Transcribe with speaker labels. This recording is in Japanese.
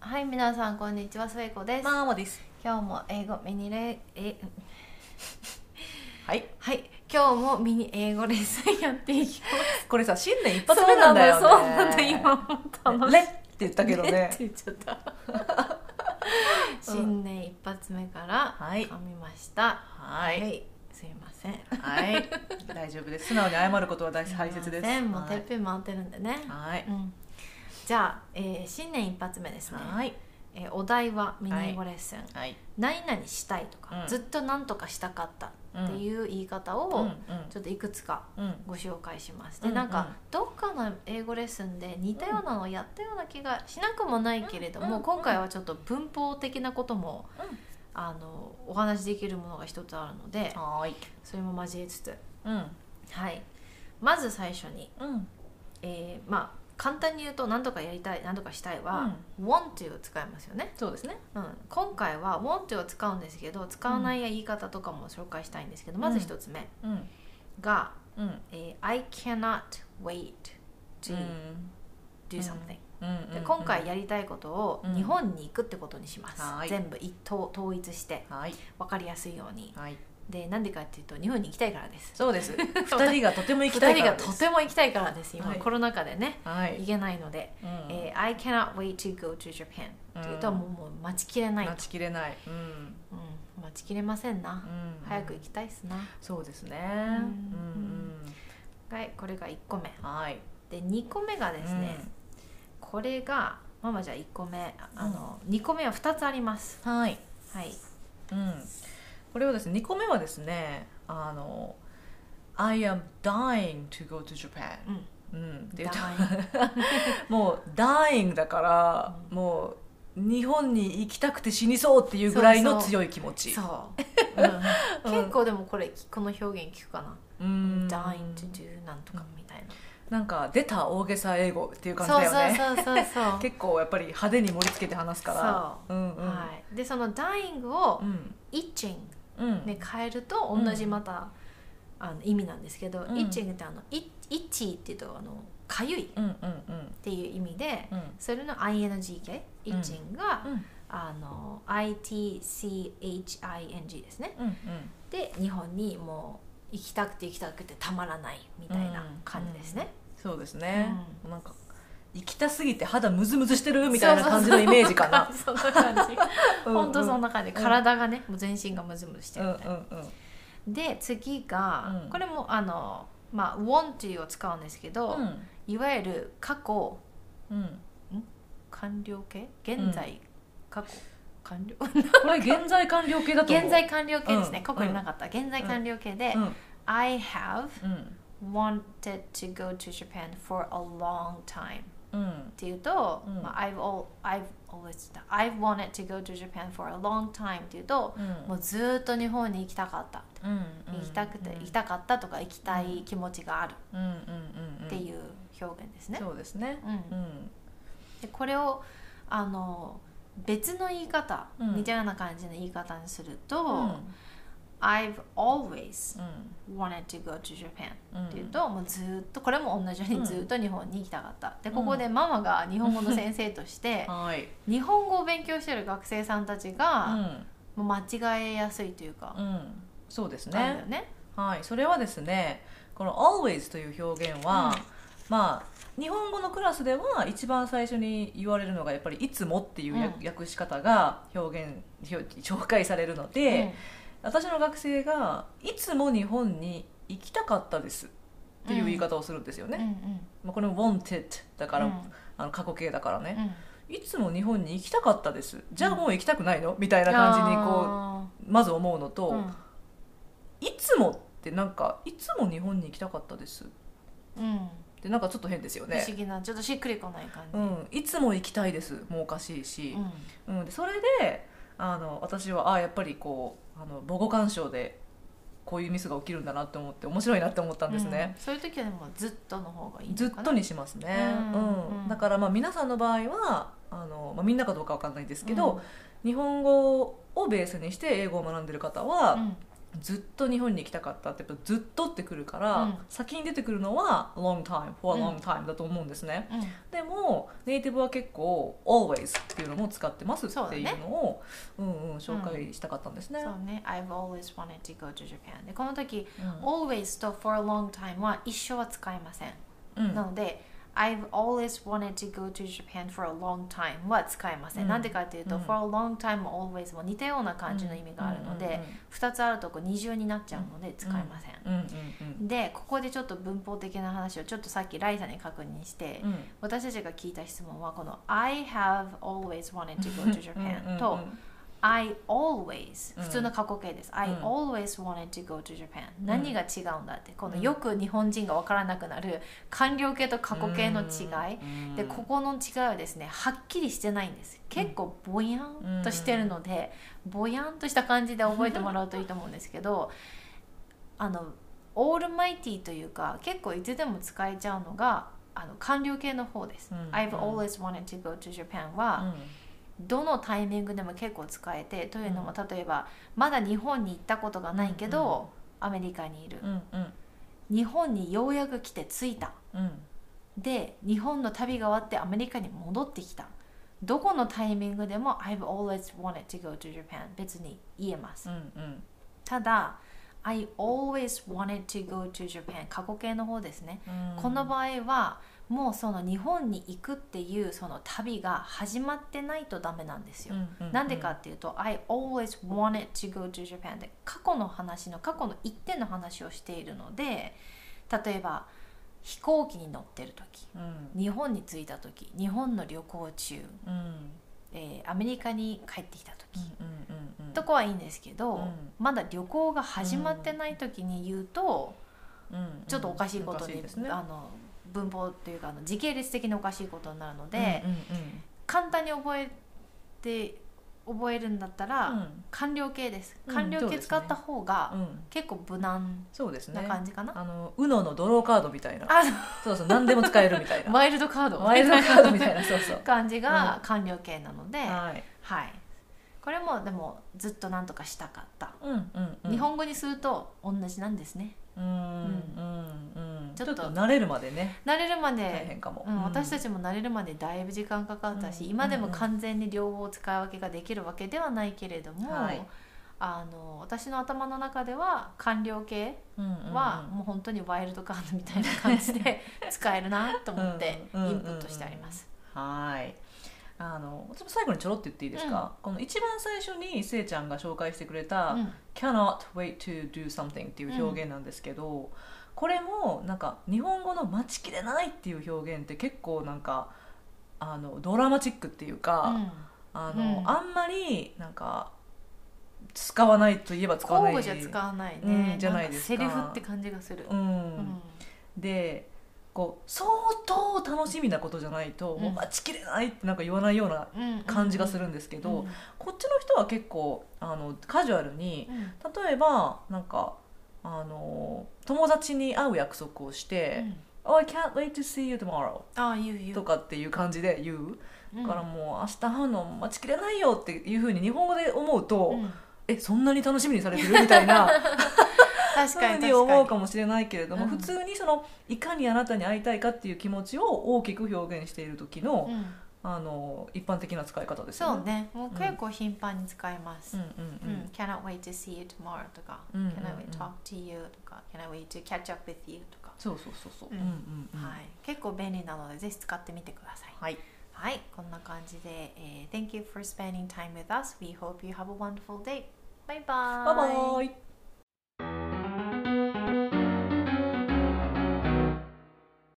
Speaker 1: はい、皆さんこんにちは、スイコです。
Speaker 2: マーモです。
Speaker 1: 今日も英語ミニレえ
Speaker 2: はい。
Speaker 1: はい、今日もミニ英語レッスンやってい きます。
Speaker 2: これさ、新年一発目なんだよ、ね。
Speaker 1: そうなの、そうなの今本当
Speaker 2: ねレッって言ったけ ど
Speaker 1: レッ
Speaker 2: ね
Speaker 1: て。言っちゃった。新年一発目から
Speaker 2: はい
Speaker 1: 噛みました。
Speaker 2: は。
Speaker 1: はいい、すいません。
Speaker 2: はい。大丈夫です。素直に謝ることは大大切です。
Speaker 1: すいませんもう
Speaker 2: は
Speaker 1: てっ
Speaker 2: い。
Speaker 1: ぺん回ってるんでね。
Speaker 2: はい。
Speaker 1: うん。じゃあ、えー新年一発目ですね。
Speaker 2: はい。
Speaker 1: えーお題はミニ英語レッスン。
Speaker 2: はい。
Speaker 1: 何々したいとか、
Speaker 2: うん
Speaker 1: ずっと何とかしたかったっていう言い方
Speaker 2: うん。う
Speaker 1: を
Speaker 2: ん。
Speaker 1: ちょっといくつか
Speaker 2: うん。
Speaker 1: ご紹介します。
Speaker 2: う
Speaker 1: で
Speaker 2: ん
Speaker 1: なん
Speaker 2: うん
Speaker 1: かどっかの英語レッスンで似たようなのをやったような気がしなくもないけれど
Speaker 2: うんうん
Speaker 1: も
Speaker 2: うん
Speaker 1: 今回はちょっと文法的なことも
Speaker 2: うん
Speaker 1: あのお話しできるものが一つあるので
Speaker 2: はーい。
Speaker 1: それも交えつつ
Speaker 2: うん。
Speaker 1: はいまず最初に、
Speaker 2: うん。
Speaker 1: えーまあ簡単に言うと何とかやりたい何とかしたいは「want to」を使いますよね、
Speaker 2: そうですね。
Speaker 1: うん、今回は「want to」を使うんですけど使わないや言い方とかも紹介したいんですけどまず一つ目
Speaker 2: うん。
Speaker 1: が
Speaker 2: うん。
Speaker 1: 「えー I cannot wait to、do something、
Speaker 2: うん。
Speaker 1: で今回。やりたいことを
Speaker 2: うん
Speaker 1: 日本に行くってことにします、
Speaker 2: はい
Speaker 1: 全部一統統一して
Speaker 2: はい。
Speaker 1: 分かりやすいように
Speaker 2: はい。
Speaker 1: でなんでかっていうと日本に行きたいからです
Speaker 2: そ うです。二人がとても行きた
Speaker 1: 2
Speaker 2: い
Speaker 1: 人
Speaker 2: か
Speaker 1: が
Speaker 2: らで
Speaker 1: と
Speaker 2: す。
Speaker 1: ても行きたいからです今、
Speaker 2: はい
Speaker 1: コロナ禍でね
Speaker 2: はい
Speaker 1: 行。けないので、
Speaker 2: うん
Speaker 1: えー I cannot wait to go to Japan っていうと、
Speaker 2: うん
Speaker 1: もうもう待ちきれない、
Speaker 2: 待ちきれない。うん。
Speaker 1: うん、待ちきれませんな、
Speaker 2: うん
Speaker 1: 早く行きたいっすな
Speaker 2: そうですね。
Speaker 1: う
Speaker 2: うんん
Speaker 1: はいこれが1個目
Speaker 2: うん。はい。
Speaker 1: で2個目がですね、これがママじゃあ1個目ああの、2個目は2つあります
Speaker 2: うん。はい。
Speaker 1: はい
Speaker 2: うん。これはですね、二個目はですね、あの。I am dying to go to Japan。
Speaker 1: うん
Speaker 2: うん。で、
Speaker 1: dying
Speaker 2: もう dying だから、
Speaker 1: う
Speaker 2: もう日本に行きたくて死にそうっていうぐらいの
Speaker 1: そうそう
Speaker 2: 強い気持ち。
Speaker 1: そう、うん
Speaker 2: うん
Speaker 1: 結構でもこれこの表現聞くかな
Speaker 2: う
Speaker 1: 「
Speaker 2: ん。
Speaker 1: dying to do なんとか」みたいな、
Speaker 2: なんか出た大げさ英語っていう感じ
Speaker 1: そう
Speaker 2: だよね。
Speaker 1: そうそうそう そう
Speaker 2: 結構やっぱり派手に盛り付けて話すから。うんうん。
Speaker 1: はい、でその「dying」を
Speaker 2: うん。
Speaker 1: 「itching
Speaker 2: うん」。
Speaker 1: で変えると同じまた、あの意味なんですけど「
Speaker 2: うん
Speaker 1: itching」ってあの「い itchy」っていうとあの「かゆい」っ
Speaker 2: うんうんうん
Speaker 1: ていう意味で
Speaker 2: うん。
Speaker 1: それの ing 系「
Speaker 2: ん
Speaker 1: itching」が、
Speaker 2: うん
Speaker 1: あの itching ですね
Speaker 2: うんうん
Speaker 1: で日本にもう行きたくて行きたくてたまらないみたいな感じですね、
Speaker 2: そうですね、なんか行きたすぎて肌ムズムズしてるみたいな感じ
Speaker 1: そう
Speaker 2: の
Speaker 1: そう
Speaker 2: イメージか な
Speaker 1: そんな感じ本当そん
Speaker 2: な
Speaker 1: な感じ
Speaker 2: うん
Speaker 1: 体がねもう全身がムズムズして
Speaker 2: う
Speaker 1: る
Speaker 2: んう
Speaker 1: み
Speaker 2: ん
Speaker 1: たいな、
Speaker 2: うん
Speaker 1: で次が、
Speaker 2: うん
Speaker 1: これもあのまあ「want to」を使うんですけど、いわゆる過去
Speaker 2: うんうん
Speaker 1: 完了形現在、過去完了
Speaker 2: これ現在完了 形だと思う
Speaker 1: 現在完了形ですね、
Speaker 2: うん
Speaker 1: 過去になかった現在完了形で「
Speaker 2: うん
Speaker 1: I have
Speaker 2: うん、
Speaker 1: wanted to go to Japan for a long time」
Speaker 2: うん
Speaker 1: っていうと、
Speaker 2: うん
Speaker 1: まあ、I've, all, I've always I've wanted to go to Japan for a long time っていうと、
Speaker 2: うん
Speaker 1: もうずーっと日本に行きたかった、
Speaker 2: うんうん、
Speaker 1: 行きたくて、
Speaker 2: うん
Speaker 1: 行きたかったとか行きたい気持ちがある
Speaker 2: うんうんうん
Speaker 1: って
Speaker 2: う
Speaker 1: いう表現です
Speaker 2: ん
Speaker 1: ね。
Speaker 2: そうですね
Speaker 1: うん
Speaker 2: うん
Speaker 1: でこれをあの別の言い方、
Speaker 2: うん
Speaker 1: 似たような感じの言い方にすると、
Speaker 2: うん
Speaker 1: I've always
Speaker 2: うん、
Speaker 1: wanted to go to Japan
Speaker 2: うん
Speaker 1: っていうと、もうずーっとこれも同じよう
Speaker 2: う
Speaker 1: に
Speaker 2: ん
Speaker 1: ずーっと日本に行きたかった。で
Speaker 2: うん
Speaker 1: ここでママが日本語の先生として、
Speaker 2: はい、
Speaker 1: 日本語を勉強してる学生さんたち
Speaker 2: う
Speaker 1: が、
Speaker 2: ん
Speaker 1: もう間違えやすいというか、
Speaker 2: うん、そうですね
Speaker 1: なんだよね。
Speaker 2: はい、それはですねこの「always」という表現は、
Speaker 1: うん
Speaker 2: まあ日本語のクラスでは一番最初に言われるのがやっぱり「いつも」っていう訳,、
Speaker 1: うん
Speaker 2: 訳し方が表現表紹介されるので、私の学生が「いつも日本に行きたかったです」っていう言い方をするんですよ
Speaker 1: う
Speaker 2: ね
Speaker 1: ん、うん
Speaker 2: まあ、これも「wanted」だから、
Speaker 1: うん
Speaker 2: あの過去形だから
Speaker 1: う
Speaker 2: ね、
Speaker 1: ん
Speaker 2: いつも日本に行きたかったですじゃあもう行きたくないのみたいな感じにこ
Speaker 1: あ
Speaker 2: うまず思うのと、
Speaker 1: ー
Speaker 2: いつもってなんかいつも日本に行きたかったですっ
Speaker 1: うんうん
Speaker 2: てなんかちょっと変ですよ
Speaker 1: 不
Speaker 2: ね。
Speaker 1: 思議なちょっとしっくりこない感
Speaker 2: う
Speaker 1: じ。
Speaker 2: ん、いつも行きたいですもうおかしいし、
Speaker 1: うん
Speaker 2: うんでそれであの私はあやっぱりこうあの母語干渉でこういうミスが起きるんだなって思って面白いなって思ったんですね、
Speaker 1: うんそういう時はでもずっとの方がいいの
Speaker 2: ずっ
Speaker 1: かな
Speaker 2: とにしますね、
Speaker 1: う
Speaker 2: うんん
Speaker 1: うん
Speaker 2: だからまあ皆さんの場合はあの、まあ、みんなかどうかわかんないですけど、日本語をベースにして英語を学んでる方は、
Speaker 1: うん
Speaker 2: ずっと日本に行きたかったってやっぱずっとってくるから、
Speaker 1: うん
Speaker 2: 先に出てくるのは long time for a
Speaker 1: う
Speaker 2: long
Speaker 1: ん
Speaker 2: time だと思うんですね、
Speaker 1: うん
Speaker 2: でもネイティブは結構 always っていうのも使ってますっ
Speaker 1: そうだ
Speaker 2: て
Speaker 1: ね
Speaker 2: いうのをう、んうん、紹介したかったんですね、
Speaker 1: そうね I've always wanted to go to Japan でこの時
Speaker 2: うん
Speaker 1: always と for a long time は一生は使いません、
Speaker 2: うん
Speaker 1: なので I've always wanted to go to Japan for a long time は使いません、
Speaker 2: うん
Speaker 1: なんでかっていうと、
Speaker 2: うん
Speaker 1: for a long time も always も似たような感じの意味があるので、二2つあるとこ二重になっちゃうので使いません、
Speaker 2: うんうん
Speaker 1: でここでちょっと文法的な話をちょっとさっきライさんに確認して、
Speaker 2: うんうん
Speaker 1: 私たちが聞いた質問はこの「I have always wanted to go to
Speaker 2: うん
Speaker 1: Japan」
Speaker 2: う
Speaker 1: と
Speaker 2: んうん
Speaker 1: 「I always」
Speaker 2: うん
Speaker 1: 普通の過去形です「I
Speaker 2: うん
Speaker 1: always wanted to go to Japan」
Speaker 2: ん
Speaker 1: 何が違うんだってこの
Speaker 2: うん
Speaker 1: よく日本人が分からなくなる完了形と過去形の違い
Speaker 2: い
Speaker 1: でここの違いはですねはっきりしてないんです結構ぼやんとしてるのでぼやんとした感じで覚えてもらうといいと思うんですけ どあのオールマイティというか結構いつでも使えちゃうのがあの完了形の方です。
Speaker 2: うん
Speaker 1: I've always wanted to go to Japan は、どのタイミングでも結構使えてというのも例えばまだ日本に行ったことがないけど、アメリカにいる
Speaker 2: う、んうん
Speaker 1: 日本にようやく来て着いた
Speaker 2: うん
Speaker 1: で日本の旅が終わってアメリカに戻ってきたどこのタイミングでも I've always wanted to go to Japan 別に言えます
Speaker 2: うんうん
Speaker 1: ただ I always wanted to go to Japan 過去形の方ですね、
Speaker 2: うん
Speaker 1: この場合はもうその日本に行くっていうその旅が始まってないとダメなんですよ、
Speaker 2: う
Speaker 1: なんでかっていうと「I always wanted to go to Japan」で過去の話の過去の一点の話をしているので例えば飛行機に乗ってる時
Speaker 2: うん
Speaker 1: 日本に着いた時日本の旅行中、
Speaker 2: うん
Speaker 1: えーアメリカに帰ってきた時、
Speaker 2: うんうんうん
Speaker 1: とこはいいんですけど、
Speaker 2: うん
Speaker 1: まだ旅行が始まってない時に言うと、
Speaker 2: うん
Speaker 1: ちょっとおかしいことに、
Speaker 2: おかしですね
Speaker 1: あの文法というかあの時系列的におかしいことになるので、
Speaker 2: うん
Speaker 1: 簡単に覚えて覚えるんだったら、
Speaker 2: うんうん
Speaker 1: 完了形です
Speaker 2: うん
Speaker 1: 完了
Speaker 2: そう
Speaker 1: 形
Speaker 2: ですね
Speaker 1: 使った方が
Speaker 2: うんうん
Speaker 1: 結構無難
Speaker 2: そうです
Speaker 1: な
Speaker 2: ね
Speaker 1: 感じかな、
Speaker 2: あの UNO のドローカードみたいな
Speaker 1: あ
Speaker 2: そうそう何でも使えるみ たいな
Speaker 1: ワイルドカード
Speaker 2: ワイルドカードみたい
Speaker 1: な
Speaker 2: なそう そう
Speaker 1: 感じが完了形なので、はい
Speaker 2: はい
Speaker 1: これもでもずっとなんとかしたかった、
Speaker 2: うんうんうん
Speaker 1: 日本語にすると同じなんですね
Speaker 2: うんうんうん
Speaker 1: ち
Speaker 2: ち
Speaker 1: ょっ
Speaker 2: ょ
Speaker 1: と
Speaker 2: っと慣れるまでね
Speaker 1: 慣れるま
Speaker 2: 大
Speaker 1: で、
Speaker 2: 変かも
Speaker 1: うん、私た
Speaker 2: ち
Speaker 1: ちも慣れるまでだいぶ時間かかったし、
Speaker 2: うん
Speaker 1: 今でも完全に両方使い分けができるわけではないけれども、
Speaker 2: はい
Speaker 1: あの私の頭の中では完了形はもう本当にワイルドカードみたいな感じ で使えるなと思ってイ
Speaker 2: うんうんうんうん
Speaker 1: ンプットしてあります。
Speaker 2: はい。あの、ちょっと最後にちょろって言っていいですか。この一番最初にせいちゃんが紹介してくれた、
Speaker 1: うん
Speaker 2: cannot wait to do something っていう表現なんですけど、これもなんか日本語の待ちきれないっていう表現って結構なんかあのドラマチックっていうか、あの、
Speaker 1: うん
Speaker 2: あんまりなんか使わないといえば使わ
Speaker 1: 交
Speaker 2: ない。
Speaker 1: 互じゃ使わないね。
Speaker 2: うんじゃないですか
Speaker 1: んセリフって感じがする。
Speaker 2: う。
Speaker 1: うんん
Speaker 2: でこう相当楽しみなことじゃないと、もう待ちきれないってなんか言わないような
Speaker 1: うん
Speaker 2: 感じがするんですけど、
Speaker 1: うん
Speaker 2: こっちの人は結構あのカジュアルに
Speaker 1: うん
Speaker 2: 例えばなんかあの友達に会う約束をして「oh, I can't wait to see you tomorrow
Speaker 1: ああ言う」言う。
Speaker 2: とかっていう感じで言う、
Speaker 1: うん
Speaker 2: からもう明日会うの待ちきれないよっていうふうに日本語で思うと、
Speaker 1: うん
Speaker 2: えそんなに楽しみにされてるみたいな
Speaker 1: 確
Speaker 2: ふ
Speaker 1: か
Speaker 2: う
Speaker 1: に
Speaker 2: に思う
Speaker 1: 確
Speaker 2: か
Speaker 1: か
Speaker 2: もしれないけれども、
Speaker 1: うん
Speaker 2: 普通にそのいかにあなたに会いたいかっていう気持ちを大きく表現している時の,、
Speaker 1: に。うん
Speaker 2: あの一般的な使い方ですよ
Speaker 1: そう
Speaker 2: ね。
Speaker 1: ね。もう結構頻繁に使います
Speaker 2: う。ん
Speaker 1: う
Speaker 2: うんうん
Speaker 1: ん Cannot wait to see you tomorrow とか
Speaker 2: うんうんうん
Speaker 1: Can I wait to talk to you とか Can I wait to catch up with you とか。
Speaker 2: そうそうそうそう。
Speaker 1: うん
Speaker 2: うんうんうん
Speaker 1: はい。結構便利なのでぜひ使ってみてください。
Speaker 2: はい。
Speaker 1: はい、こんな感じで、えー Thank you for spending time with us. We hope you have a wonderful day. Bye bye.
Speaker 2: バイバイ。